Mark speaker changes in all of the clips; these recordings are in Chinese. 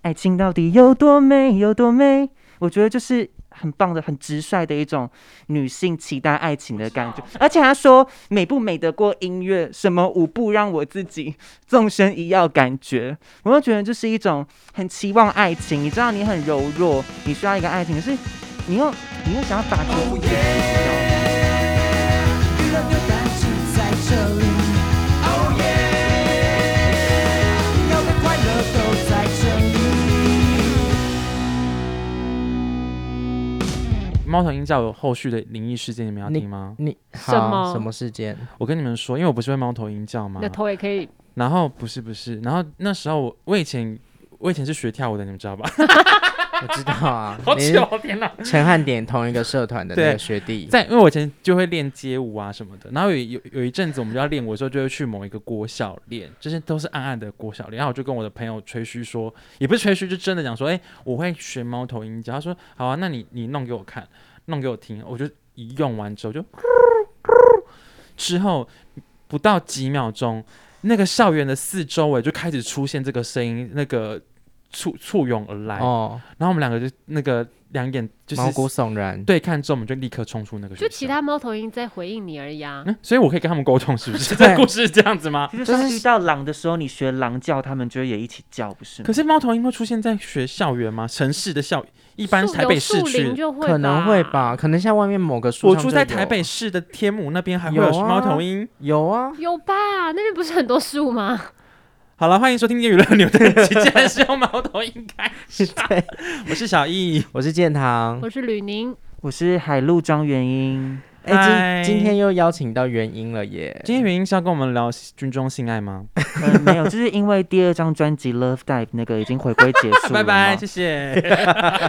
Speaker 1: 爱情到底有多美，有多美？我觉得就是很棒的、很直率的一种女性期待爱情的感觉。而且她说美不美得过音乐，什么舞步让我自己纵身一跃感觉，我就觉得这是一种很期望爱情。你知道你很柔弱，你需要一个爱情，可是你又你又想要把持住自己。
Speaker 2: 娱乐扭蛋就在这里，Oh yeah，你要的快乐都在这里。
Speaker 3: 猫头鹰叫有后续的灵异事件，你们要听吗？
Speaker 4: 你
Speaker 5: 什么
Speaker 4: 好什么事件？
Speaker 3: 我跟你们说，因为我不是会猫头鹰叫吗
Speaker 5: 那？头也可以
Speaker 3: 然后啊不是不是，然后那时候我我以前我以前是学跳舞的，你们知道吧？，
Speaker 4: 我知道 啊
Speaker 3: 好
Speaker 4: 你是
Speaker 3: 糗，天哪！
Speaker 4: 陈汉典同一个社团的那
Speaker 3: 对
Speaker 4: 个学弟，
Speaker 3: 在因为我以前就会练街舞啊什么的，然后有有有一阵子我们就要练舞的时候，就会去某一个国小练，就是都是暗暗的国小练。然后我就跟我的朋友吹嘘说，也不是吹嘘，就真的讲说，哎、我会学猫头鹰叫。他说，好啊，那你你弄给我看，弄给我听。我就一用完之后就，之后不到几秒钟，那个校园的四周围就开始出现这个声音，那个簇簇拥而来。
Speaker 4: 哦，
Speaker 3: 然后我们两个就那个两眼就是
Speaker 4: 毛骨悚然。
Speaker 3: 对看之后，我们就立刻冲出那个学
Speaker 5: 就
Speaker 3: 校。
Speaker 5: 其他猫头鹰在回应你而已啊。
Speaker 3: 嗯，所以我可以跟他们沟通，是不 是？这个故事是这样子吗？
Speaker 1: 就是像遇到狼的时候，你学狼叫，他们就会也一起叫，不是吗
Speaker 3: 可？是猫头鹰会出现在学校园吗？城市的校，一般
Speaker 5: 树
Speaker 3: 台北
Speaker 5: 有
Speaker 3: 市
Speaker 5: 树林
Speaker 3: 区，
Speaker 5: 就会
Speaker 4: 可能会。吧，可能像外面某个树
Speaker 3: 我
Speaker 4: 上
Speaker 3: 住
Speaker 4: 就
Speaker 3: 在
Speaker 4: 有
Speaker 3: 台北市的天母那边，还会有
Speaker 4: 有啊
Speaker 3: 猫头鹰。
Speaker 4: 有啊，
Speaker 5: 有吧？那边不是很多树吗？
Speaker 3: 好了，欢迎收听《娱乐扭蛋 机》，竟然是用猫头鹰开 场。我是小易，
Speaker 4: 我是建堂。
Speaker 5: 我是吕宁，
Speaker 1: 我是海陆张元英，
Speaker 4: 哎、
Speaker 3: 嗨
Speaker 4: 今今天又邀请到元英了耶！
Speaker 3: 今天原因是要跟我们聊军中性爱吗？
Speaker 1: 呃，没有，就是因为第二张专辑《Love Dive》那个已经回归结束了嘛，
Speaker 3: 啊 拜拜，谢谢。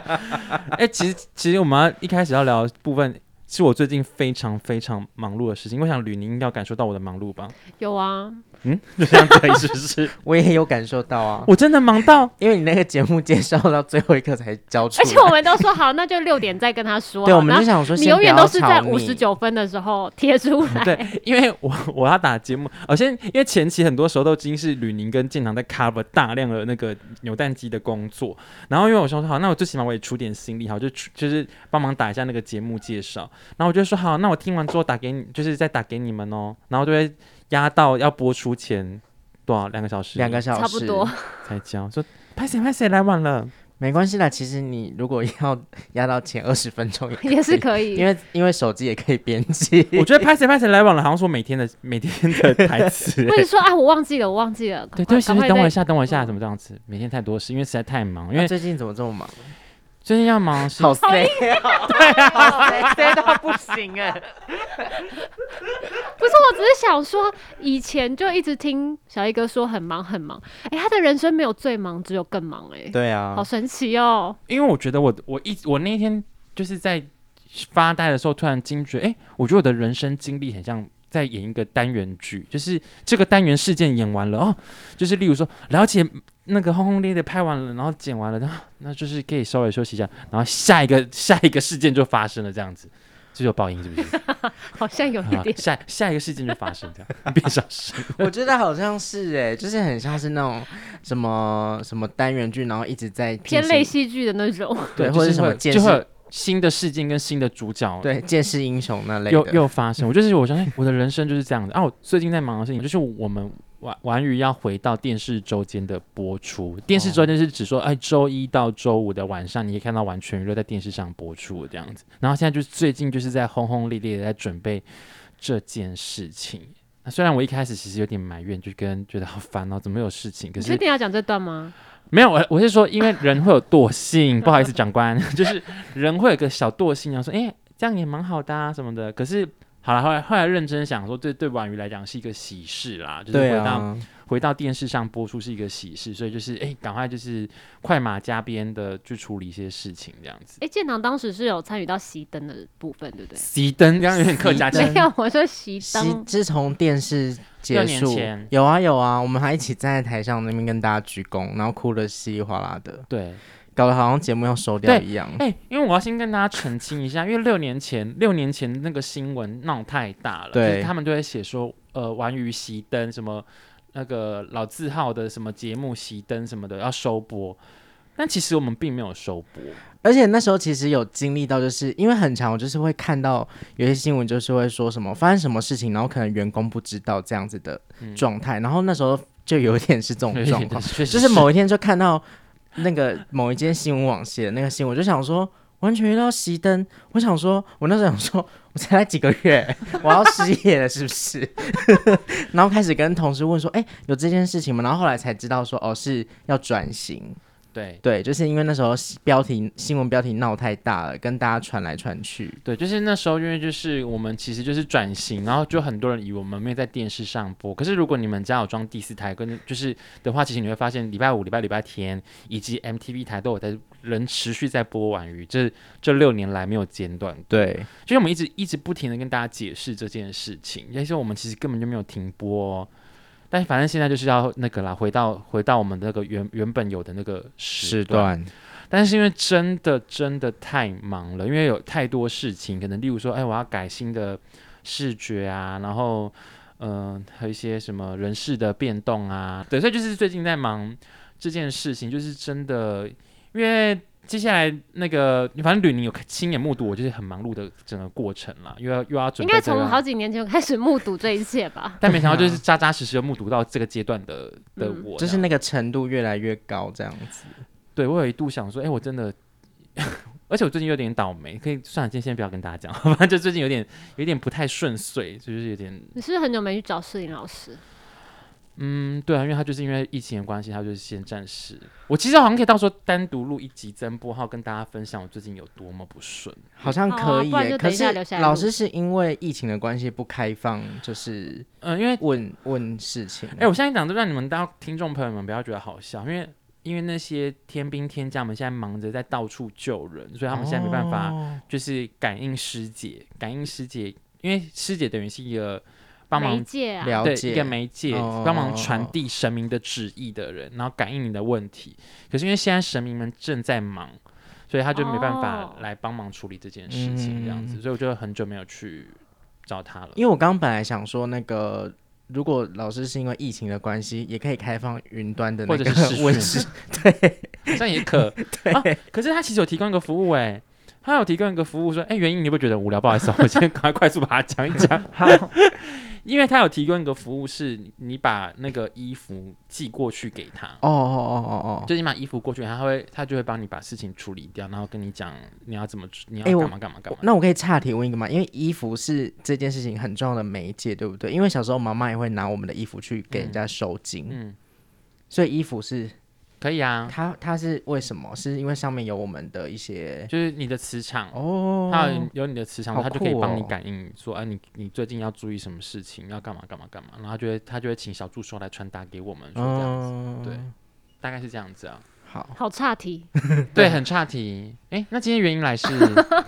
Speaker 3: 哎、其实其实我们要一开始要聊的部分，是我最近非常非常忙碌的事情。我想吕宁应该有感受到我的忙碌 吧？
Speaker 5: 有啊，
Speaker 3: 嗯，就这样可以是不是？
Speaker 4: 我也有感受到啊，
Speaker 3: 我真的忙到
Speaker 4: 因为你那个节目介绍到最后一刻才交出
Speaker 5: 而
Speaker 4: 来，
Speaker 5: 且我们都说好，那就六点再跟他说好。
Speaker 4: 对，我们
Speaker 5: 然
Speaker 4: 就
Speaker 5: 后
Speaker 4: 想说
Speaker 5: 你
Speaker 4: 先
Speaker 5: 永
Speaker 4: 不
Speaker 5: 远
Speaker 4: 要
Speaker 5: 都是在
Speaker 4: 吵
Speaker 5: 五
Speaker 4: 你
Speaker 5: 十，九分的时候贴出来。
Speaker 3: 对，因为我我要打节目，而且因为前期很多时候都已经是吕宁跟建堂在 cover 大量的那个扭蛋机的工作，然后因为我说好，那我最起码我也出点心力，好就出就是帮忙打一下那个节目介绍，然后我就说好，那我听完之后打给你，就是再打给你们哦，然后就会压到要播出前多少两个小时，
Speaker 4: 两个小时
Speaker 5: 差不多，
Speaker 3: 才交，说拍谁拍谁来晚了，
Speaker 4: 没关系啦。其实你如果要压到前二十分钟也可以
Speaker 5: 也是可以
Speaker 4: 因。为因为手机也可以编辑。
Speaker 3: 我觉得拍谁拍谁来晚了，好像说每天的每天的台 词、哎
Speaker 5: 或者说啊，我忘记了，我忘记了。
Speaker 3: 对，对
Speaker 5: 赶
Speaker 3: 不起，
Speaker 5: 快
Speaker 3: 等我一。
Speaker 5: 赶快再嗯啊
Speaker 3: 下，等我一下，怎么这样子？每天太多事，因为实在太忙， 因
Speaker 4: 那
Speaker 3: 为
Speaker 4: 啊最近怎么这么忙？
Speaker 3: 最近要忙是，
Speaker 4: 好 C，
Speaker 1: 塞到不行哎、
Speaker 5: 不是，我只是想说，以前就一直听小一哥说很忙很忙，哎，他的人生没有最忙，只有更忙哎，
Speaker 4: 对啊
Speaker 5: 好，神奇哦。
Speaker 3: 因为我觉得我我一我那天就是在发呆的时候，突然惊觉，哎、我觉得我的人生经历很像在演一个单元剧，就是这个单元事件演完了哦，就是例如说了解那个轰轰烈烈拍完了，然后剪完了， 然后那就是可以稍微休息一下，然后下一个下一个事件就发生了，这样子。这就有爆音是不 是？
Speaker 5: 好像有一
Speaker 3: 啊
Speaker 5: 点，
Speaker 3: 下下一个事件就发生，这样变小声。
Speaker 4: 我觉得好像是哎、就是很像是那种什么什么单元剧，然后一直在进
Speaker 5: 偏类
Speaker 4: 行
Speaker 5: 戏剧的那 种。
Speaker 4: 对，
Speaker 3: 就
Speaker 4: 或者
Speaker 3: 是
Speaker 4: 什么
Speaker 3: 会
Speaker 4: 见
Speaker 3: 就会
Speaker 4: 识
Speaker 3: 有新的事件跟新的主角，
Speaker 4: 对见识英雄那类
Speaker 3: 又
Speaker 4: 的。
Speaker 3: 又发生。我就是我相信我的人生就是这样的啊。我最近在忙的事情就是我们玩玩鱼要回到电视周间的播出，电
Speaker 4: 哦
Speaker 3: 视周间是指说哎周一到周五的晚上，你可以看到完全娱乐在电视上播出这样子。然后现在就是最近就是在轰轰烈烈的在准备这件事情。那虽然我一开始其实有点埋怨，就跟觉得好烦哦，怎么有事情？可
Speaker 5: 你
Speaker 3: 是
Speaker 5: 确定要讲这段吗？
Speaker 3: 没有，我我是说，因为人会有惰性，不好意思，长官， 就是人会有个小惰性，然后说，哎、这样也蛮好的啊什么的。可是好了，后来后来认真想说，对对，婉瑜来讲是一个喜事啦，就是回
Speaker 4: 对
Speaker 3: 到、
Speaker 4: 啊，
Speaker 3: 回到电视上播出是一个喜事，所以就是哎，赶、快就是快马加鞭的去处理一些事情，这样子。
Speaker 5: 哎，建堂当时是有参与到熄灯的部分，对不对？
Speaker 3: 熄灯，这样有点客家
Speaker 4: 熄
Speaker 3: 腔
Speaker 4: 灯
Speaker 5: 没有，我说熄
Speaker 4: 是
Speaker 5: 灯。
Speaker 4: 自从电视结
Speaker 3: 六年
Speaker 4: 束
Speaker 3: 前，
Speaker 4: 有啊有啊，我们还一起站在台上那边跟大家鞠躬，然后哭的稀里哗啦的，
Speaker 3: 对，
Speaker 4: 搞得好像节目要收掉
Speaker 3: 对
Speaker 4: 一样。
Speaker 3: 哎、因为我要先跟大家澄清一下，因为六年前六年前那个新闻闹太大了，就是
Speaker 4: 对
Speaker 3: 他们就会写说，呃，玩鱼熄灯什么那个老字号的什么节目熄灯什么的要收播。但其实我们并没有收播，
Speaker 4: 而且那时候其实有经历到，就是因为很长，我就是会看到有些新闻，就是会说什么发生什么事情，然后可能员工不知道这样子的状态，然后那时候就 有点是这种状况，
Speaker 3: 确实
Speaker 4: 就是某一天就看到那个某一间新闻网写的那个新闻，我就想说完全遇到熄灯，我想说，我那时候想说，我才来几个月，我要失业了是不是？ 然后开始跟同事问说，哎、有这件事情吗？然后后来才知道说，哦，是要转型。
Speaker 3: 对
Speaker 4: 对，就是因为那时候标题新闻标题闹太大了，跟大家传来传去。
Speaker 3: 对，就是那时候，因为就是我们其实就是转型，然后就很多人以为我们没有在电视上播。可是如果你们家有装第四台跟就是的话，其实你会发现礼拜五、礼拜礼拜天以及 MTV 台都有在人持续在播完鱼，这这六年来没有间断。
Speaker 4: 对，
Speaker 3: 就是我们一直一直不停的跟大家解释这件事情，也就是我们其实根本就没有停播、哦。但反正现在就是要那个啦，回到回到我们那个原原本有的那个时段，但是因为真的真的太忙了，因为有太多事情，可能例如说，哎，我要改新的视觉啊，然后，嗯、还有一些什么人事的变动啊，对，所以就是最近在忙这件事情，就是真的，因为接下来那个，反正吕宁有亲眼目睹我就是很忙碌的整个过程啦，又要又要准
Speaker 5: 应
Speaker 3: 备、
Speaker 5: 该
Speaker 3: 这个啊，
Speaker 5: 从好几年前就开始目睹这一切吧。
Speaker 3: 但没想到就是扎扎实实的目睹到这个阶段的的我
Speaker 5: 嗯
Speaker 3: 这样，
Speaker 4: 就是那个程度越来越高这样子。
Speaker 3: 对我有一度想说，哎、我真的， 而且我最近有点倒霉，可以算了，今天先不要跟大家讲， 反正就最近有点有点不太顺遂，就是有点，
Speaker 5: 你是不是很久没去找摄影老师？
Speaker 3: 嗯，对啊，因为他就是因为疫情的关系，他就是先暂时。我其实好像可以到时候单独录一集增播号，跟大家分享我最近有多么不顺。
Speaker 4: 好像
Speaker 5: 好啊
Speaker 4: 可以
Speaker 5: 不然
Speaker 4: 耶、
Speaker 5: 就
Speaker 4: 可
Speaker 5: 等一下
Speaker 4: 是
Speaker 5: 留下来录
Speaker 4: 老师是因为疫情的关系不开放，就是
Speaker 3: 嗯、因为
Speaker 4: 问问事情。
Speaker 3: 哎、我现在讲都让你们当听众朋友们不要觉得好笑，因为因为那些天兵天将们现在忙着在到处救人，所以他们现在没办法。
Speaker 4: 哦
Speaker 3: 就是感应师姐，感应师姐，因为师姐等于是一个帮
Speaker 5: 媒
Speaker 3: 忙
Speaker 5: 介啊，
Speaker 4: 了
Speaker 3: 对
Speaker 4: 解
Speaker 3: 一个媒介，
Speaker 4: 哦
Speaker 3: 帮忙传递神明的旨意的人，然后感应你的问题。可是因为现在神明们正在忙，所以他就没办法
Speaker 5: 哦
Speaker 3: 来帮忙处理这件事情，这样子，
Speaker 4: 嗯
Speaker 3: 所以我就很久没有去找他了。
Speaker 4: 因为我刚刚本来想说那个。如果老师是因为疫情的关系，也可以开放云端的那
Speaker 3: 或者是视
Speaker 4: 个
Speaker 3: 讯
Speaker 4: 问事
Speaker 3: 好像也 可啊，可是他其实有提供一个服务哎、他有提供一个服务说，哎、袁英，你会不会觉得很无聊？不好意思啊，我先赶快快速把它讲一 讲。
Speaker 1: 好，
Speaker 3: 因为他有提供一个服务，是你把那个衣服寄过去给他，
Speaker 4: 哦哦哦哦哦，
Speaker 3: 就你把衣服过去，他会他就会帮你把事情处理掉，然后跟你讲你要怎么你要
Speaker 4: 哎我
Speaker 3: 干嘛干嘛干嘛。
Speaker 4: 那我可以岔题问一个吗？因为衣服是这件事情很重要的媒介，对不对？因为小时候妈妈也会拿我们的衣服去给人家收金，
Speaker 3: 嗯，
Speaker 4: 所以衣服是
Speaker 3: 可以啊，
Speaker 4: 它它是为什么？是因为上面有我们的一些
Speaker 3: 就是你的磁场，
Speaker 4: 哦，
Speaker 3: 他有有你的磁场，
Speaker 4: 好
Speaker 3: 他就可以
Speaker 4: 酷
Speaker 3: 帮你
Speaker 4: 哦
Speaker 3: 感应说，哎、你你最近要注意什么事情，要干嘛干嘛干嘛，然后他就会他就会请小助手来传达给我们说这样子，
Speaker 4: 嗯
Speaker 3: 对，大概是这样子 啊。
Speaker 4: 好，
Speaker 5: 好岔题。
Speaker 3: 对，很差题。哎、那今天原因来 是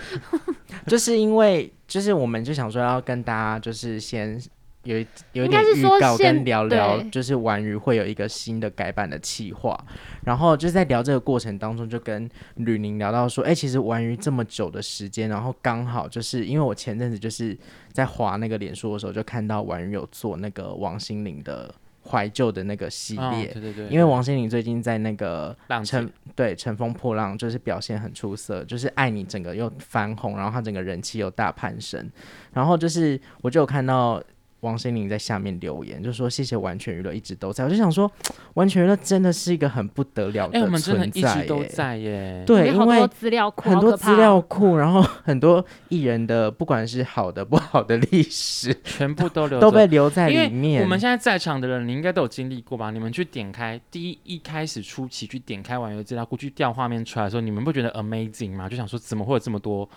Speaker 4: 就是因为就是我们就想说要跟大家就是先有一有一
Speaker 5: 应该
Speaker 4: 点
Speaker 5: 是
Speaker 4: 预
Speaker 5: 说
Speaker 4: 告
Speaker 5: 现
Speaker 4: 跟聊聊，
Speaker 5: 对
Speaker 4: 就是玩鱼会有一个新的改版的企划，然后就是在聊这个过程当中，就跟吕宁聊到说，哎、其实玩鱼这么久的时间，然后刚好就是因为我前阵子就是在划那个脸书的时候，就看到玩鱼有做那个王心凌的怀旧的那个系
Speaker 3: 哦
Speaker 4: 列。
Speaker 3: 对对对，
Speaker 4: 因为王心凌最近在那个
Speaker 3: 浪子
Speaker 4: 乘对乘风破浪就是表现很出色，就是爱你整个又翻红，然后她整个人气又大攀升，然后就是我就有看到。王心凌在下面留言，就说谢谢完全娱乐一直都在。我就想说，完全娱乐真的是一个很不得了
Speaker 3: 哎、我
Speaker 4: 的
Speaker 3: 们真的
Speaker 4: 存
Speaker 3: 一
Speaker 4: 在、
Speaker 3: 直都。在耶。
Speaker 4: 对，
Speaker 5: 里面
Speaker 4: 因
Speaker 5: 好
Speaker 4: 为
Speaker 5: 多资料库，
Speaker 4: 很
Speaker 5: 好
Speaker 4: 多
Speaker 5: 可怕
Speaker 4: 资料库，然后很多艺人的不管是好的不好的历史
Speaker 3: 全部都留
Speaker 4: 都
Speaker 3: 着
Speaker 4: 被留在里
Speaker 3: 因为
Speaker 4: 面。
Speaker 3: 我们现在在场的人，你应该都有经历过吧？你们去点开第一一开始初期去点开网游资料库去调画面出来的时候，你们不觉得 amazing 吗？就想说怎么会有这么多？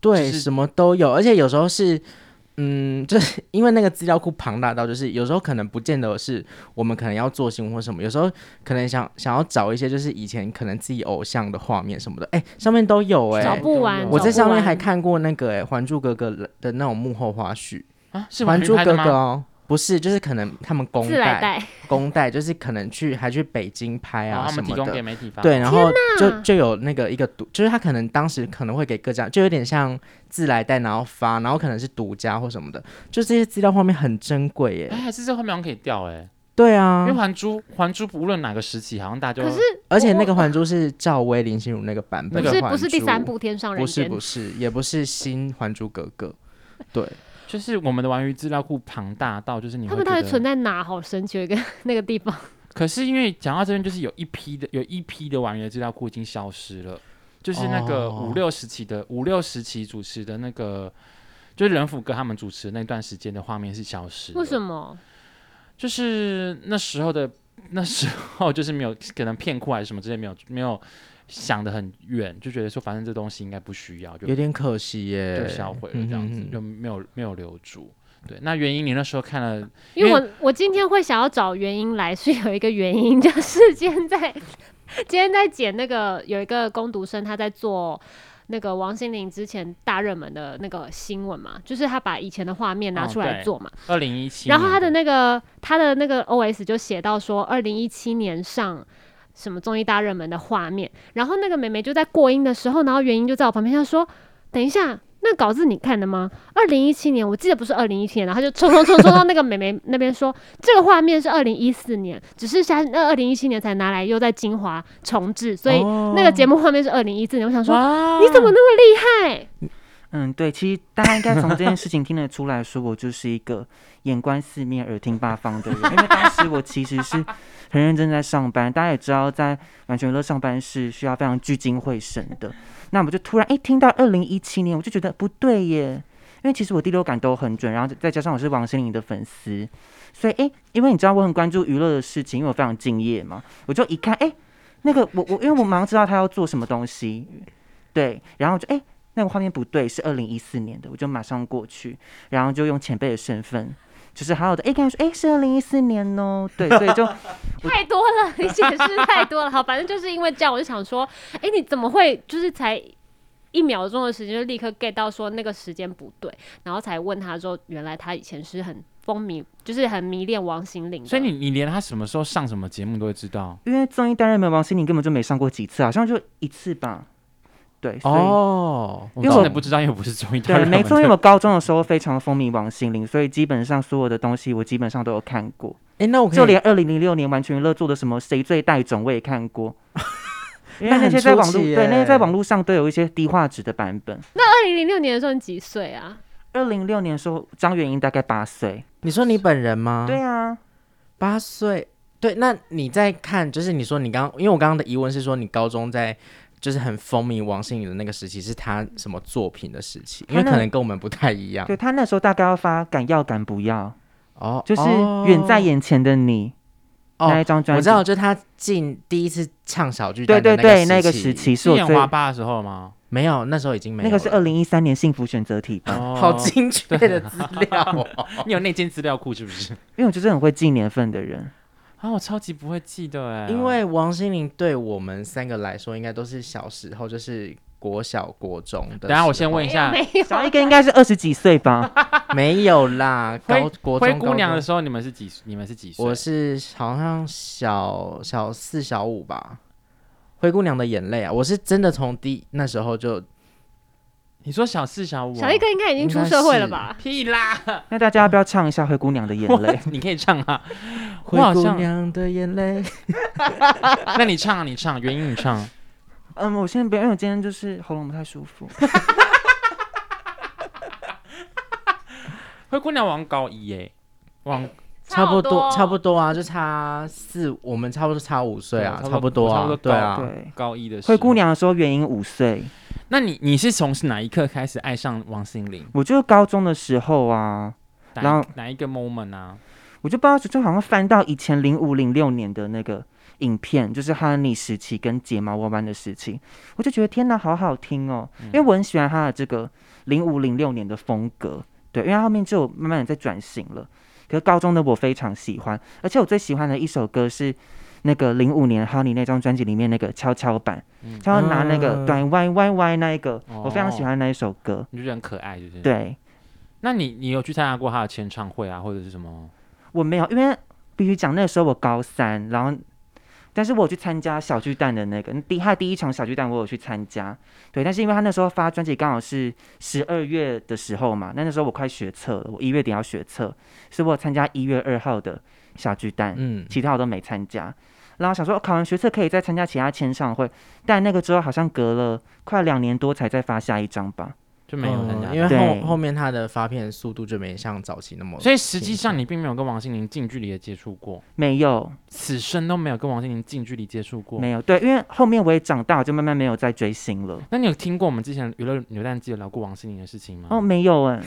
Speaker 4: 对，
Speaker 3: 就是
Speaker 4: 什么都有，而且有时候是，嗯，就是 因为那个资料库庞大到，就是有时候可能不见得是我们可能要做新闻或什么，有时候可能想想要找一些就是以前可能自己偶像的画面什么的，哎、上面都有哎、
Speaker 5: 找不完。
Speaker 4: 我在
Speaker 5: 找
Speaker 4: 上
Speaker 5: 不
Speaker 4: 面
Speaker 5: 完
Speaker 4: 还看过那个哎、还珠格格》的那种幕后花絮，
Speaker 3: 啊，是
Speaker 4: 《
Speaker 3: 王
Speaker 4: 还
Speaker 3: 云
Speaker 4: 珠
Speaker 3: 拍的
Speaker 4: 格格》
Speaker 3: 吗？
Speaker 4: 哦，不是，就是可能他们公
Speaker 5: 自来
Speaker 4: 带
Speaker 5: 带，
Speaker 4: 公带，就是可能去还去北京拍
Speaker 3: 然哦
Speaker 4: 啊
Speaker 3: 后他
Speaker 4: 什
Speaker 3: 们提
Speaker 4: 么
Speaker 3: 供
Speaker 4: 的
Speaker 3: 给，媒体发。
Speaker 4: 对，然后就
Speaker 5: 哪
Speaker 4: 就有那个一个独，就是他可能当时可能会给各家，就有点像自来带，然后发，然后可能是独家或什么的，就这些资料画面很珍贵耶
Speaker 3: 哎、。还是这后面好像可以调哎、
Speaker 4: 对啊
Speaker 3: 因为《还珠》《还珠》无论哪个时期，好像大家
Speaker 5: 可
Speaker 3: 就是
Speaker 4: 而且
Speaker 5: 我
Speaker 4: 那个《还珠》是赵薇、林心如那个版本
Speaker 3: 那
Speaker 5: 哦不
Speaker 4: 的
Speaker 5: 是
Speaker 4: 还珠，
Speaker 5: 不是第三部《天上人
Speaker 4: 不是
Speaker 5: 间
Speaker 4: 不》，是，也不是新《还珠格 格》，对，
Speaker 3: 就是我们的玩鱼资料库庞大到，就是你
Speaker 5: 他
Speaker 3: 会
Speaker 5: 们到
Speaker 3: 觉
Speaker 5: 底
Speaker 3: 得
Speaker 5: 存在哪？好神奇，有一个 那个地方。
Speaker 3: 可是因为讲到这边，就是有一批的有一批的玩员资料库已经消失了，就是那个
Speaker 4: 哦
Speaker 3: 五六时期的五六时期主持的那个，就是仁甫哥他们主持的那段时间的画面是消失。
Speaker 5: 为什
Speaker 3: 么？
Speaker 5: 么？
Speaker 3: 就是那时候的 那时候就是没有可能骗库还是什么之类没有没有想得很远，就觉得说反正这东西应该不需要，就
Speaker 4: 有点可惜耶，
Speaker 3: 就销毁了这样子
Speaker 4: 嗯，哼
Speaker 3: 就没有没有留住。对，那原因你那时候看了
Speaker 5: 因
Speaker 3: 因
Speaker 5: 为
Speaker 3: 为
Speaker 5: 我我今天会想要找原因来，是有一个原因， 就是今天在今天在剪那个有一个攻读生，他在做那个王心凌之前大热门的那个新闻嘛，就是他把以前的画面拿
Speaker 3: 哦
Speaker 5: 出来
Speaker 3: 对
Speaker 5: 做嘛，
Speaker 3: 二零一七，
Speaker 5: 然后他的那个他的那个 OS 就写到说，二零一七年上。什么综艺大热门的画面，然后那个妹妹就在过音的时候，然后原因就在我旁边，她说：“等一下，那稿子你看的吗？二零一七年，我记得不是二零一七年，然后她就 冲冲冲冲到那个妹妹那边说，这个画面是二零一四年，只是现在二零一七年才拿来又在精华重置，所以那个节目画面是二零一四年。我想说，
Speaker 3: 哦哇
Speaker 5: 你怎么那么厉害？
Speaker 1: 嗯，对，其实大家应该从这件事情听得出来说，我就是一个眼观四面、耳听八方的人。因为当时我其实是很认真在上班，大家也知道，在完全娱乐上班是需要非常聚精会神的。那我就突然哎、听到二零一七年，我就觉得不对耶，因为其实我第六感都很准，然后再加上我是王心凌的粉丝，所以哎、因为你知道我很关注娱乐的事情，因为我非常敬业嘛，我就一看哎、那个我我因为我马上知道他要做什么东西，对，然后我就哎。那个画面不对，是二零一四年的，我就马上过去，然后就用前辈的身份，就是好好的，哎、跟他说，哎、是二零一四年哦，对，所以 就
Speaker 5: 太多了，你解释太多了。好，反正就是因为这样，我就想说，哎、你怎么会就是才一秒钟的时间就立刻 get 到说那个时间不对，然后才问他说，原来他以前是很风靡，就是很迷恋王心凌的。
Speaker 3: 所以你你连他什么时候上什么节目都会知道。
Speaker 1: 因为综艺担任没有王心凌根本就没上过几次，好像就一次吧，对，所以、
Speaker 4: 哦，
Speaker 3: 我
Speaker 1: 因为
Speaker 3: 真
Speaker 1: 我
Speaker 3: 的不知道，因为我不是综 艺大
Speaker 1: 对，
Speaker 3: 热门
Speaker 1: 没
Speaker 3: 的。
Speaker 1: 错，因为我高中的时候非常风靡王心凌，所以基本上所有的东西我基本上都有看过，
Speaker 4: 哎，那我可以
Speaker 1: 就连二零零六年完全娱乐做的什么谁最带种我也看 过。因为那些在网络
Speaker 4: 那很出奇耶
Speaker 1: 对那些在网络上都有一些低画质的版本。
Speaker 5: 那二零零六年的时候你几岁啊？
Speaker 1: 二零六年的时候，张元英大概八岁。
Speaker 4: 你说你本人吗？
Speaker 1: 对，啊，
Speaker 4: 八岁。对，那你在看，就是你说你刚，因为我刚刚的疑问是说你高中在就是很风靡王心凌的那个时期，是她什么作品的时期？因为
Speaker 1: 她那
Speaker 4: 可能跟我们不太一样
Speaker 1: 对他那时候大概要发《敢要敢不要
Speaker 4: 哦》，，
Speaker 1: 就是
Speaker 4: 哦
Speaker 1: 《远在眼前的你》那一张专
Speaker 4: 我知
Speaker 1: 辑。
Speaker 4: 道，就是她进第一次唱小巨
Speaker 1: 对
Speaker 4: 蛋的
Speaker 1: 对对，
Speaker 4: 那
Speaker 1: 那
Speaker 4: 个
Speaker 1: 个
Speaker 4: 期
Speaker 1: 时期是
Speaker 3: 是
Speaker 1: 我
Speaker 3: 演
Speaker 1: 最
Speaker 3: 华爸的时 候吗？
Speaker 4: 没有，那时候已经没有
Speaker 1: 那
Speaker 4: 了，
Speaker 1: 个是二零一三年幸福选择题吧，
Speaker 3: 哦
Speaker 4: 好精确的资料 哦。
Speaker 3: 你有那间资料库是不是？
Speaker 1: 因为我就是很会记年份的 人。
Speaker 3: 啊，我超级不会记得哎，
Speaker 4: 因为王心凌对我们三个来说，应该都是小时候，就是国小、国中的。
Speaker 3: 等下我先问一下
Speaker 5: 没有，
Speaker 1: 小一哥应该是二十几岁 吧？
Speaker 4: 没有啦，高国
Speaker 3: 灰
Speaker 4: 中
Speaker 3: 姑娘的
Speaker 4: 高中
Speaker 3: 时候你们是几？你们是几岁？
Speaker 4: 我是好像小小四、小五吧。灰姑娘的眼泪啊，我是真的从第那时候就
Speaker 3: 你说小四小五哦？
Speaker 5: 小一哥应该已经出社会了吧？
Speaker 3: 屁啦！
Speaker 1: 那大家要不要唱一下《灰姑娘的眼 泪》？
Speaker 3: 你可以唱啊，
Speaker 4: 灰
Speaker 3: 我好
Speaker 4: 姑
Speaker 3: 像
Speaker 4: 娘的 眼泪。
Speaker 3: 那你唱啊，你唱，原因你唱。
Speaker 1: 嗯，我现在不要，因为我今天就是喉咙不太舒服。
Speaker 3: 灰姑娘王高一哎，王
Speaker 4: 差不多，差不
Speaker 5: 多。
Speaker 4: 多啊，就差四，我们差不多差五岁啊，
Speaker 3: 对
Speaker 4: 差不多
Speaker 3: 差不
Speaker 4: 啊
Speaker 3: 多，
Speaker 4: 对啊，
Speaker 1: 对，
Speaker 3: 高一的时候
Speaker 1: 灰姑。娘的时候元英五岁，
Speaker 3: 那你你是从哪一刻开始爱上王心凌？
Speaker 1: 我就是高中的时候啊，
Speaker 3: 哪
Speaker 1: 然后
Speaker 3: 哪一个 moment 啊？
Speaker 1: 我就不知道，就好像翻到以前零五零六年的那个影片，就是 Honey 时期跟睫毛弯弯的时期，我就觉得天哪，好好听哦，因为我很喜欢他的这个零五零六年的风格，对，因为他后面就有慢慢的在转型了。可是高中的我非常喜欢，而且我最喜欢的一首歌是那个零五年 Honey 那张专辑里面那个跷跷板，
Speaker 3: 嗯
Speaker 1: 他要拿那个
Speaker 4: 嗯
Speaker 1: 短歪歪歪那一个，我非常喜
Speaker 3: 哦
Speaker 1: 欢那一首歌。
Speaker 3: 你就觉得很可爱，就是。
Speaker 1: 对
Speaker 3: 那你你有去参加过她的签唱会啊，或者是什么？
Speaker 1: 我没有，因为必须讲那时候我高三，然后但是我有去参加小巨蛋的那个第他的第一场小巨蛋，我有去参加。对，但是因为他那时候发专辑刚好是十二月的时候嘛，那那时候我快学测了，我一月底要学测，所以我有参加一月二号的小巨蛋，
Speaker 4: 嗯，
Speaker 1: 其他我都没参加。然后想说，哦考完学测可以再参加其他签唱会，但那个之后好像隔了快两年多才再发下一张吧。
Speaker 3: 就没有参加
Speaker 4: 嗯。因为
Speaker 1: 对
Speaker 4: 后后面他的发片速度就没像早期那么，
Speaker 3: 所以实际上你并没有跟王心凌近距离的接触过，
Speaker 1: 没有，
Speaker 3: 此生都没有跟王心凌近距离接触过。
Speaker 1: 没有，对，因为后面我也长大，我就慢慢没有再追星了。
Speaker 3: 那你有听过我们之前娱乐扭蛋机有聊过王心凌的事情吗？
Speaker 1: 哦，没有哎、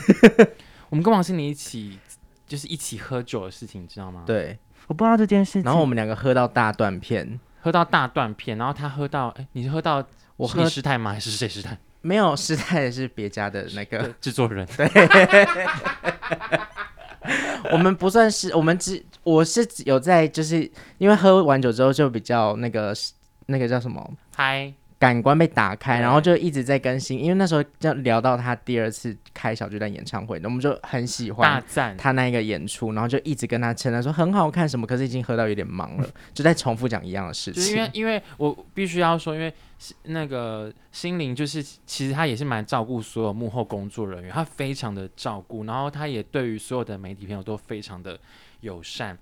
Speaker 3: 我们跟王心凌一起就是一起喝酒的事情，你知道吗？，
Speaker 4: 对。
Speaker 1: 我不知道这件事情。
Speaker 4: 然后我们两个喝到大断片，
Speaker 3: 喝到大断片，然后他喝到，哎，你是喝到
Speaker 4: 我
Speaker 3: 是你
Speaker 4: 喝
Speaker 3: 失态吗？还是谁失态？
Speaker 4: 没有失态的是别家的那个，
Speaker 3: 制作人。
Speaker 4: 我们不算是，我们只我是有在，就是因为喝完酒之后就比较那个那个叫什么
Speaker 3: 嗨，
Speaker 4: 感官被打开，
Speaker 3: 对
Speaker 4: 然后就一直在更新，因为那时候就聊到他第二次开小巨蛋演唱会，我们就很喜欢
Speaker 3: 大赞。
Speaker 4: 他那一个演出，然后就一直跟他称赞说很好看什么，可是已经喝到有点忙了，就在重复讲一样的事
Speaker 3: 就是因为
Speaker 4: 情。，
Speaker 3: 因为我必须要说，因为是那个心灵就是，其实他也是蛮照顾所有幕后工作人员，他非常的照顾，然后他也对于所有的媒体朋友都非常的友善。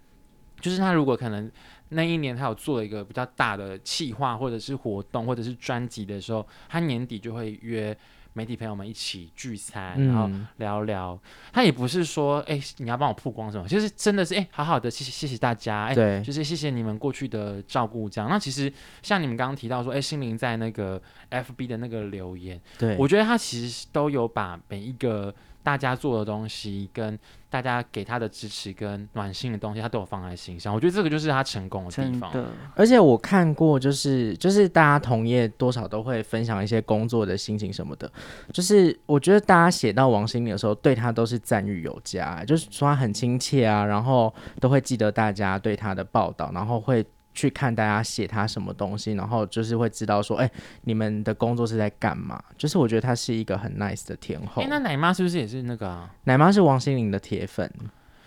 Speaker 3: 就是他如果可能那一年他有做了一个比较大的企划，或者是活动，或者是专辑的时候，他年底就会约媒体朋友们一起聚餐，然后
Speaker 4: 嗯，
Speaker 3: 聊聊。他也不是说，哎、你要帮我曝光什么，就是真的是，哎、好好的，谢谢谢谢大家，哎、
Speaker 4: 对，
Speaker 3: 就是谢谢你们过去的照顾，这样。那其实像你们刚刚提到说，哎、心灵在那个 FB 的那个留言，
Speaker 4: 对，
Speaker 3: 我觉得他其实都有把每一个大家做的东西，跟大家给他的支持跟暖心的东西，他都有放在心上。我觉得这个就是他成功的地
Speaker 1: 真
Speaker 3: 方。哎
Speaker 1: 的，
Speaker 4: 而且我看过，就是就是大家同业多少都会分享一些工作的心情什么的，就是我觉得大家写到王心凌的时候，对她都是赞誉有加，欸就是说她很亲切啊，然后都会记得大家对她的报道，然后会。去看大家写她什么东西，然后就是会知道说，哎、你们的工作是在干嘛？就是我觉得她是一个很 nice 的天后。
Speaker 3: 哎、那奶妈是不是也是那个啊？
Speaker 4: 奶妈是王心凌的铁粉，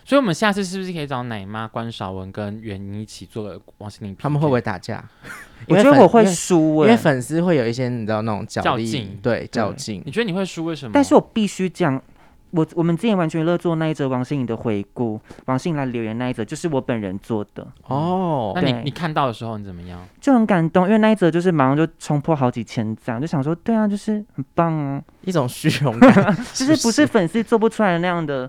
Speaker 3: 所以我们下次是不是可以找奶妈、关少文跟袁妮一起做个王心凌？
Speaker 4: 他们会不会？打架？
Speaker 1: 我
Speaker 4: 因为
Speaker 1: 觉得
Speaker 4: 粉
Speaker 1: 我会
Speaker 4: 因为
Speaker 1: 输
Speaker 4: 因
Speaker 1: 哎、
Speaker 4: 为粉丝会有一些你知道那种角
Speaker 3: 较
Speaker 4: 力，
Speaker 3: 劲
Speaker 4: 对较劲
Speaker 3: 你。觉得你会输？为什么？
Speaker 1: 但
Speaker 4: 哦
Speaker 1: 是我必须讲，我我们之前完全娱乐做那一则王心凌的回顾，王心凌来留言那一则，就是我本人做的，
Speaker 4: 哦
Speaker 3: 那，你
Speaker 1: 对
Speaker 3: 你看到的时候你怎么样？
Speaker 1: 就很感动，因为那一则就是马上就冲破好几千赞，就想说，对啊，就是很棒啊，
Speaker 4: 一种虚 荣感，
Speaker 1: 就是不是
Speaker 4: 是？
Speaker 1: 粉丝做不出来的那样的，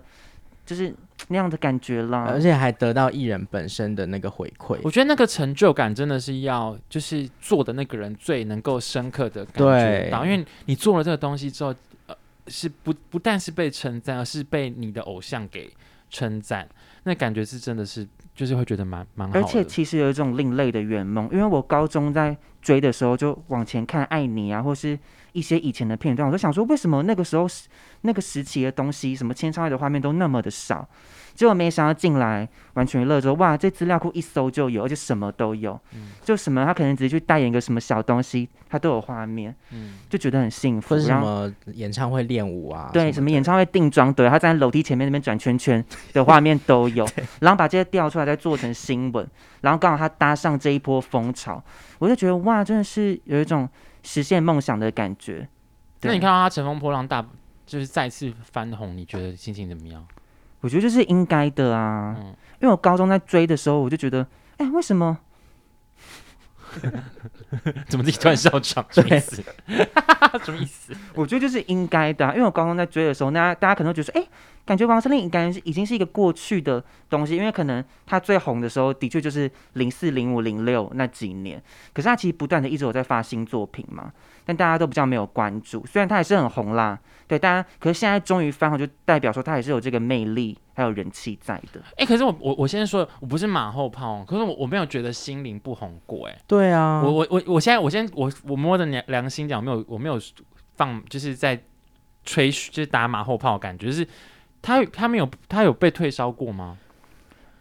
Speaker 1: 就是那样的感觉啦。
Speaker 4: 呃而且还得到艺人本身的那个回
Speaker 3: 我
Speaker 4: 馈，
Speaker 3: 觉得那个成就感真的是要，就是做的那个人最能够深刻的感觉
Speaker 4: 对
Speaker 3: 到，因为你做了这个东西之后，呃，是不不但是被称赞，而是被你的偶像给称赞，那感觉是真的是，就是会觉得蛮蛮好的。
Speaker 1: 而且其实有一种另类的圆梦，因为我高中在追的时候，就往前看《爱你》啊，或是一些以前的片段，我就想说，为什么那个时候时那个时期的东西，什么签唱会的画面都那么的少？结果没想到进来完全娱乐之后，哇，这资料库一搜就有，而且什么都有，
Speaker 3: 嗯
Speaker 1: 就什么他可能只是去代言一个什么小东西，他都有画面，
Speaker 3: 嗯，
Speaker 1: 就觉得很幸福。
Speaker 4: 或是什
Speaker 1: 然后
Speaker 4: 么演唱会练舞啊，
Speaker 1: 对，
Speaker 4: 什
Speaker 1: 什
Speaker 4: 么
Speaker 1: 么演唱会定妆，对，他站在楼梯前面那边转圈圈的画面都 有，然后把这些调出来再做成新闻，然后刚好他搭上这一波风潮，我就觉得哇，真的是有一种实现梦想的感觉。
Speaker 3: 那
Speaker 1: 对
Speaker 3: 你看，到他乘风破浪大，就是再次翻红，你觉得心情怎么样？
Speaker 1: 我觉得这是应该的啊，
Speaker 3: 嗯
Speaker 1: 因为我高中在追的时候，我就觉得，哎、为什么？
Speaker 3: 怎么自己突然笑 场？什么意思？ 什么意思？
Speaker 1: 我觉得就是应该的啊、因为我高中在追的时候，那大家可能会觉得说，哎、感觉王心凌感觉是已经是一个过去的东西，因为可能她最红的时候的确就是零四、零五、零六那几年，可是她其实不断的一直有在发新作品嘛，但大家都比较没有关注。虽然她也是很红啦，对，大家可是现在终于翻红，就代表说她也是有这个魅力还有人气在的。
Speaker 3: 哎、可是我我我现在说，我不是马后炮哦，可是我我没有觉得心灵不红过、哎。
Speaker 4: 对啊，
Speaker 3: 我我我我现在我先我我摸着良良心讲，我没有我没有放就是在吹嘘就是打马后炮的感觉，就是他他没有他有被退烧过吗？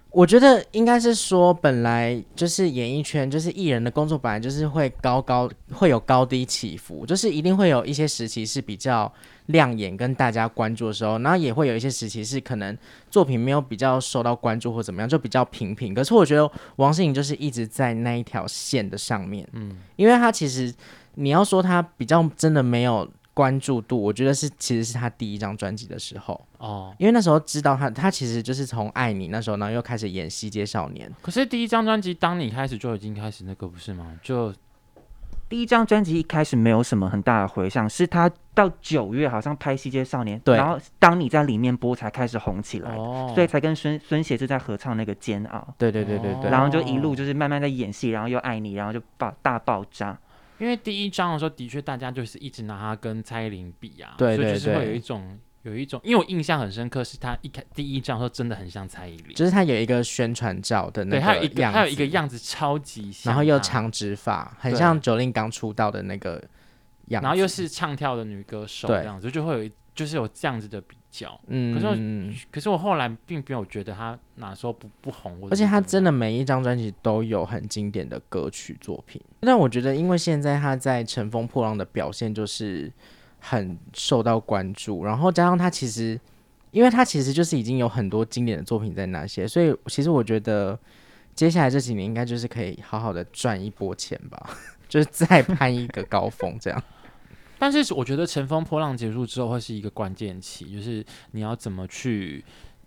Speaker 4: 我觉得应该是说，本来就是演艺圈，就是艺人的工作，本来就是会高高会有高低起伏，就是一定会有一些时期是比较亮眼跟大家关注的时候，然后也会有一些时期是可能作品没有比较受到关注或怎么样，就比较平平。可是我觉得王心凌就是一直在那一条线的上面，嗯，因为她其实你要说她比较真的没有关注度，我觉得是其实是他第一张专辑的时候，
Speaker 3: 哦。
Speaker 4: 因为那时候知道他，他其实就是从《爱你》那时候，然后又开始演《西街少年》。
Speaker 3: 可是第一张专辑，当你开始就已经开始那个不是吗？就
Speaker 1: 第一张专辑一开始没有什么很大的回响，是他到九月好像拍《西街少年》，
Speaker 4: 对
Speaker 1: 然后当你在里面播才开始红起来的，
Speaker 3: 哦，
Speaker 1: 所以才跟孙孙协志在合唱那个《煎熬》。
Speaker 4: 对对对对对，哦
Speaker 1: 然后就一路就是慢慢在演戏，然后又爱你，然后就爆大爆炸。
Speaker 3: 因为第一章的时候，的确大家就是一直拿他跟蔡依林比啊，
Speaker 4: 对
Speaker 3: 所以
Speaker 4: 对
Speaker 3: 就是会有
Speaker 4: 对
Speaker 3: 一种有一种，因为我印象很深刻，是他一开第一章的时候真的很像蔡依林，
Speaker 4: 就是他有一个宣传照的那
Speaker 3: 对，还有一
Speaker 4: 样
Speaker 3: 个
Speaker 4: 子
Speaker 3: 还有一个，样子超级像，啊
Speaker 4: 然后又，长直发，很
Speaker 3: 对
Speaker 4: 像九令刚出道的那个样子。
Speaker 3: 然后又是唱跳的女歌手
Speaker 4: 对
Speaker 3: 这样子，就会有一就是有这样子的比较。
Speaker 4: 嗯，
Speaker 3: 可是我
Speaker 4: 嗯
Speaker 3: 可是我后来并没有觉得他哪时候不不红，或者
Speaker 4: 而且他
Speaker 3: 是怎
Speaker 4: 真
Speaker 3: 么
Speaker 4: 的每一张专辑都有很经典的歌曲作品。但我觉得，因为现在他在《乘风破浪》的表现就是很受到关注，然后加上他其实，因为他其实就是已经有很多经典的作品在那些，所以其实我觉得接下来这几年应该就是可以好好的赚一波钱吧， 就是再攀一个高 峰这样。
Speaker 3: 样，但是我觉得《乘风破浪》结束之后会是一个关键期，就是你要怎么去。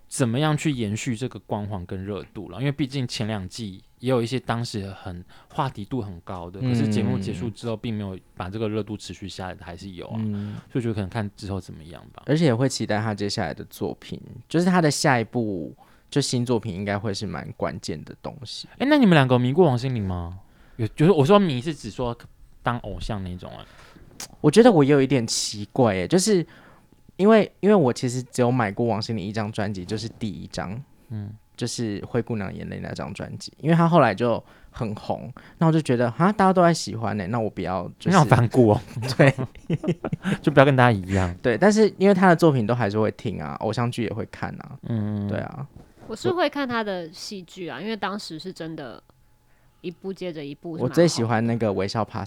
Speaker 3: 怎么样去延续这个光环跟热度了？因为毕竟前两季也有一些当时很话题度很高的，可是节目结束之后并没有把这个热度持续下来的，还是有啊。
Speaker 4: 嗯，
Speaker 3: 所以就可能看之后怎么样吧。
Speaker 4: 而且也会期待他接下来的作品，就是他的下一步就新作品应该会是蛮关键的东西。
Speaker 3: 哎、那你们两个有迷过王心凌吗？有，就是我说迷是指说当偶像那种啊。
Speaker 4: 我觉得我有一点奇怪耶，就是因为因为我其实只有买过王心凌一张专辑，就是第一张，嗯
Speaker 3: 嗯，
Speaker 4: 就是《灰姑娘眼泪》那张专辑，因为她后来就很红，那我就觉得哈，大家都在喜欢呢，那我不要就
Speaker 3: 你好
Speaker 4: 是
Speaker 3: 反骨哦，
Speaker 4: 对
Speaker 3: 就不要跟大家一样。
Speaker 4: 对，但是因为她的作品都还是会听啊，偶像剧也会看啊，
Speaker 3: 嗯，
Speaker 4: 对。啊，
Speaker 5: 我是会看他的戏剧啊，因为当时是真的，一部接着一部是蛮好的。
Speaker 4: 我最喜欢那个《微笑 Pasta》，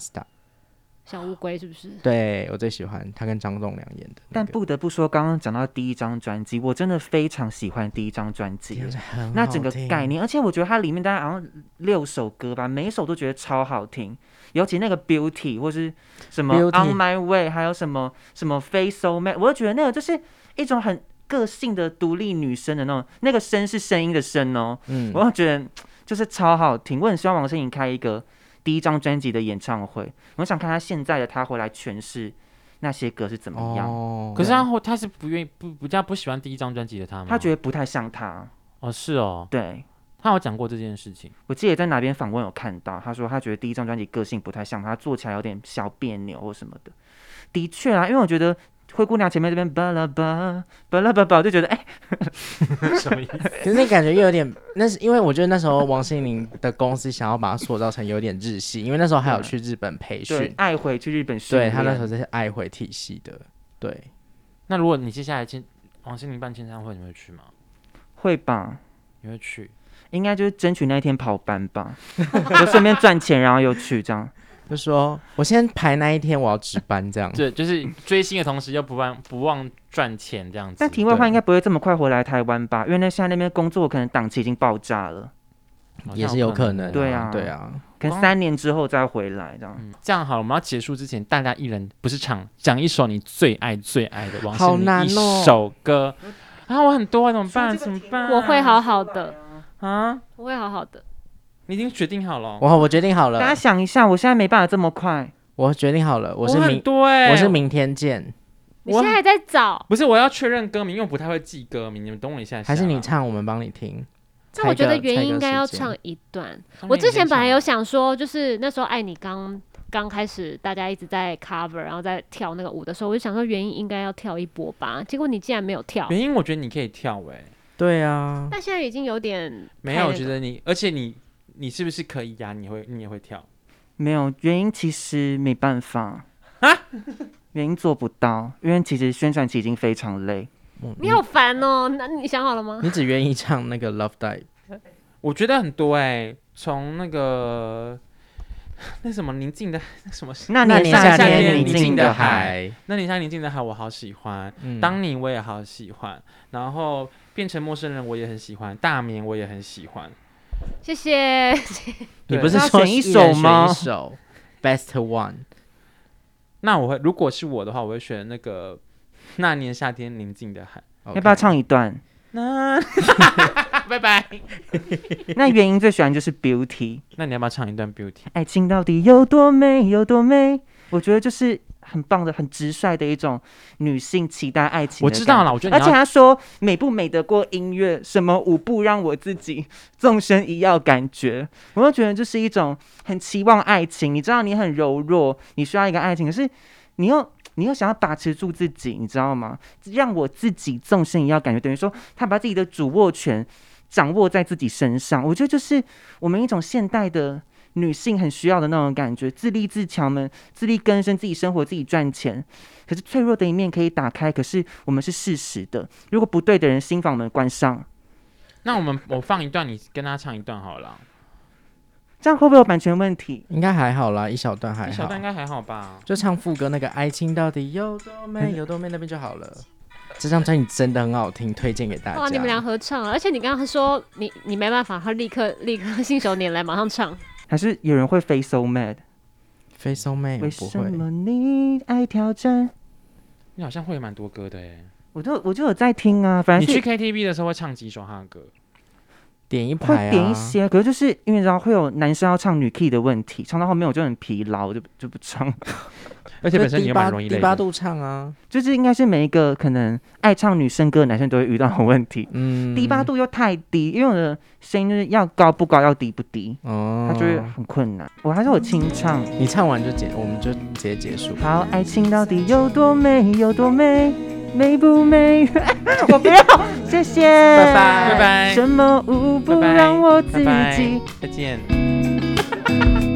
Speaker 5: 小乌龟，是不是？
Speaker 4: 对我最喜欢她跟张栋梁演的那
Speaker 1: 但
Speaker 4: 个，
Speaker 1: 不得不说，刚刚讲到第一张专辑，我真的非常喜欢第一张专辑，
Speaker 4: 但
Speaker 1: 那整个概念，而且我觉得它里面大概好像六首歌吧，每一首都觉得超好听，尤其那个 Beauty 或是什么
Speaker 4: Beauty
Speaker 1: On My Way，还有什么什么 Face So Mad，我就觉得那个就是一种很个性的独立女生的那种，那个声是声音的声哦，
Speaker 4: 嗯
Speaker 1: 我觉得就是超好听。我很希望王心凌开一个第一张专辑的演唱会，我想看她现在的她回来诠释那些歌是怎么样。
Speaker 4: 哦
Speaker 3: 可是他后他是不愿意不比较不喜欢第一张专辑的他吗？
Speaker 1: 她觉得不太像她，
Speaker 3: 哦是哦，
Speaker 1: 对
Speaker 3: 他有讲过这件事 情。
Speaker 1: 我记得在哪边访问有看到，她说她觉得第一张专辑个性不太像她，做起来有点小别扭或什么的。的确啊，因为我觉得。灰姑娘前面这边巴拉巴巴拉巴巴，我就觉得哎、
Speaker 4: 可是那感觉又有点，那是因为我觉得那时候王心凌的公司想要把它塑造成有点日系，因为那时候还有去日本培
Speaker 1: 对
Speaker 4: 训，，
Speaker 1: 爱回去日本训
Speaker 4: 对
Speaker 1: 练，
Speaker 4: 他那时候是爱回体系的，对，
Speaker 3: 那如果你接下来签王心凌办签唱会，你会去吗？
Speaker 1: 会吧，
Speaker 3: 你会去？
Speaker 1: 应该就是争取那一天跑班吧， 就顺便赚钱，然后又去这样。
Speaker 4: 就说我先排那一天我要值班这样，
Speaker 3: 对，就是追星的同时又不忘不忘赚钱这样子。
Speaker 1: 但题外话，
Speaker 4: 对
Speaker 1: 应该不会这么快回来台湾吧？因为那现在那边工作可能档期已经爆炸了，
Speaker 3: 好像
Speaker 4: 也是有可能，
Speaker 1: 对啊
Speaker 4: 对啊，
Speaker 1: 可能三年之后再回来这样。
Speaker 3: 嗯这样好了，我们要结束之前，大家一人不是唱，讲一首你最爱最爱的王心
Speaker 4: 好难
Speaker 3: 凌
Speaker 4: 哦
Speaker 3: 一首歌。啊，我很多啊，怎么办？怎么办？
Speaker 5: 我会好好的，
Speaker 3: 啊，
Speaker 5: 我会好好的。
Speaker 3: 你已经决定好了哦。
Speaker 4: 我我决定好
Speaker 1: 大家
Speaker 4: 了，
Speaker 1: 想一下，我现在没办法这么快。
Speaker 4: 我决定好了，我是
Speaker 3: 很
Speaker 4: 明
Speaker 3: 多哎，
Speaker 4: 我是明天见，
Speaker 5: 你
Speaker 3: 我
Speaker 5: 现在还在找，
Speaker 3: 不是我要确认歌名，因为我不太会记歌名，你们等我一下下啊。
Speaker 4: 还是你唱我们帮你听？
Speaker 5: 那我觉得
Speaker 4: 猜歌
Speaker 5: 原因应该要，
Speaker 4: 猜歌
Speaker 5: 唱
Speaker 4: 时间
Speaker 5: 一段。
Speaker 3: 当然
Speaker 5: 我之前本来
Speaker 4: 啊
Speaker 5: 有
Speaker 3: 你先
Speaker 5: 想说，就是那时候《爱你刚》刚开始，大家一直在 cover，然后在跳那个舞的时候，我就想说原因应该要跳一波吧。结果你竟然没有跳
Speaker 3: 唱，原因我觉得你可以跳哎，
Speaker 4: 对啊，
Speaker 5: 但现在已经有点
Speaker 3: 没
Speaker 5: 太
Speaker 3: 有，我
Speaker 5: 那
Speaker 3: 觉
Speaker 5: 个
Speaker 3: 得你，而且你你是不是可以呀？你会你也会跳，
Speaker 1: 没有原因，其实没办法啊，原因做不到，因为其实宣传期已经非常累。
Speaker 4: 嗯
Speaker 5: 你好烦哦。那你想好了吗？
Speaker 4: 你只愿意唱那个 Love Dive，
Speaker 3: 我觉得很多哎，从那个 那什么宁静的 那什么，
Speaker 1: 那
Speaker 4: 那
Speaker 1: 年
Speaker 4: 年
Speaker 1: 夏
Speaker 4: 夏
Speaker 1: 天
Speaker 4: 天
Speaker 1: 宁
Speaker 4: 宁
Speaker 1: 静
Speaker 4: 静
Speaker 1: 的
Speaker 4: 的
Speaker 1: 海，
Speaker 4: 海，
Speaker 3: 那你像宁静的海，我好喜欢。
Speaker 4: 嗯
Speaker 3: 当你我也好喜欢，然后变成陌生人我也很喜欢，大眠我也很喜欢。
Speaker 5: 谢谢。
Speaker 4: 你
Speaker 3: 对
Speaker 4: 不是
Speaker 1: 那
Speaker 4: 说
Speaker 1: 选一
Speaker 4: 人
Speaker 1: 首吗
Speaker 4: 选一首 Best One，
Speaker 3: 那我会如果是我的话，我会选那个《那年夏天宁静的海》。
Speaker 1: 要不要
Speaker 4: OK
Speaker 1: 唱一段？
Speaker 3: 那
Speaker 1: 那元英最喜欢就是 Beauty，
Speaker 3: 那你要不要唱一段《Beauty》？
Speaker 1: 爱情到底有多美，有多美？我觉得就是很棒的、很直率的一种女性期待爱情。
Speaker 3: 我知道。了，我觉得
Speaker 1: 而
Speaker 3: 你
Speaker 1: 且
Speaker 3: 要
Speaker 1: 她说美不美得过音乐，什么舞步让我自己纵身一跃感觉，我就觉得这是一种很期望爱情。你知道你很柔弱，你需要一个爱情，可是你又你又想要把持住自己，你知道吗？让我自己纵身一跃感觉，等于说她把自己的主握权掌握在自己身上。我觉得就是我们一种现代的。女性很需要的那种感觉，自立自强们自力更生，自己生活，自己赚钱。可是脆弱的一面可以打开，可是我们是事实的。如果不对的人，心房门关上，
Speaker 3: 那我们我放一段，你跟他唱一段好了。
Speaker 1: 这样会不会有版权问题？
Speaker 4: 应该还好啦，一小段还
Speaker 3: 小段应
Speaker 4: 好，
Speaker 3: 该还好吧？
Speaker 4: 就唱副歌那个爱情到底有多美，有多美那边就好了。这张专辑真的很好听，推荐给大家。
Speaker 5: 哇，你们俩合唱啊，而且你刚刚说你你没办法，他立刻立刻 信手拈来，马上唱。
Speaker 1: 还是有人会 face so mad？
Speaker 4: 飞松妹
Speaker 1: 为
Speaker 4: 我哎不
Speaker 1: 什
Speaker 4: 会，
Speaker 1: 么你爱挑战？
Speaker 3: 你好像会蛮多歌的哎。
Speaker 1: 我就我就有在听啊，反
Speaker 3: 你
Speaker 1: 正
Speaker 3: 去
Speaker 1: 是
Speaker 3: KTV 的时候会唱几首他的歌？
Speaker 4: 点一排
Speaker 1: 会
Speaker 4: 啊，
Speaker 1: 点一些，可是就是因为你知道会有男生要唱女 key 的问题，唱到后面我就很疲劳，我就就不唱。
Speaker 3: 而
Speaker 4: 就
Speaker 3: 且本身
Speaker 4: 第
Speaker 3: 也
Speaker 4: 八
Speaker 3: 蛮容易累
Speaker 4: 第八
Speaker 3: 的。
Speaker 4: 度唱啊，
Speaker 1: 就是应该是每一个可能爱唱女生歌的男生都会遇到的问题。
Speaker 4: 嗯，
Speaker 1: 第八度又太低，因为我的声音就是要高不高，要低不低，
Speaker 4: 哦，
Speaker 1: 它就会很困难。我还是我清唱。
Speaker 4: 你唱完就结，我们就直接结束。
Speaker 1: 好，爱情到底有多美，有多美，美不美？ 我不要，谢谢，拜
Speaker 3: 拜拜
Speaker 1: 什么舞步
Speaker 3: 拜拜
Speaker 1: 让我自
Speaker 3: 拜拜
Speaker 1: 己
Speaker 3: 再见。